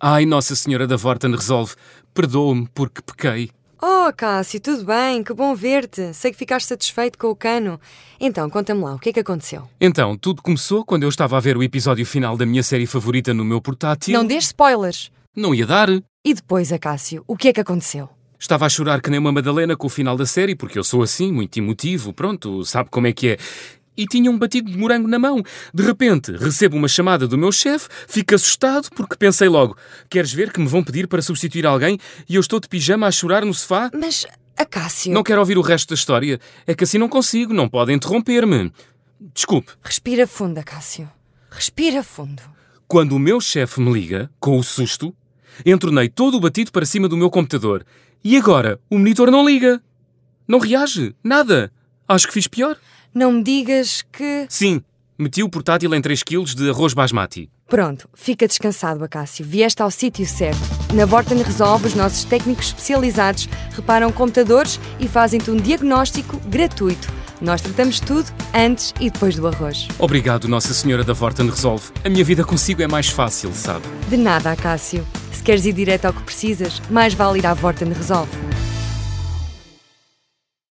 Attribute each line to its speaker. Speaker 1: Ai, Nossa Senhora da Vorten resolve. Perdoa-me porque pequei.
Speaker 2: Oh, Cássio, tudo bem? Que bom ver-te. Sei que ficaste satisfeito com o cano. Então, conta-me lá, o que é que aconteceu?
Speaker 1: Então, tudo começou quando eu estava a ver o episódio final da minha série favorita no meu portátil.
Speaker 2: Não dês spoilers.
Speaker 1: Não ia dar.
Speaker 2: E depois, Acácio, o que é que aconteceu?
Speaker 1: Estava a chorar que nem uma Madalena com o final da série, porque eu sou assim, muito emotivo, pronto, sabe como é que é. E tinha um batido de morango na mão. De repente, recebo uma chamada do meu chefe, fico assustado porque pensei logo: queres ver que me vão pedir para substituir alguém e eu estou de pijama a chorar no sofá?
Speaker 2: Mas, Acácio,
Speaker 1: Não quero ouvir o resto da história. É que assim não consigo, não pode interromper-me. Desculpe.
Speaker 2: respira fundo, Acácio. Respira fundo.
Speaker 1: Quando o meu chefe me liga, com o susto, entornei todo o batido para cima do meu computador. E agora? O monitor não liga. Não reage. Nada. Acho que fiz pior.
Speaker 2: Não me digas que.
Speaker 1: Sim, meti o portátil em 3 kg de arroz basmati.
Speaker 2: Pronto, fica descansado, Acácio. Vieste ao sítio certo. Na Vorten Resolve, os nossos técnicos especializados reparam computadores e fazem-te um diagnóstico gratuito. Nós tratamos tudo antes e depois do arroz.
Speaker 1: Obrigado, Nossa Senhora da Vorten Resolve. A minha vida consigo é mais fácil, sabe?
Speaker 2: De nada, Acácio. Se queres ir direto ao que precisas, mais vale ir à Vorten Resolve.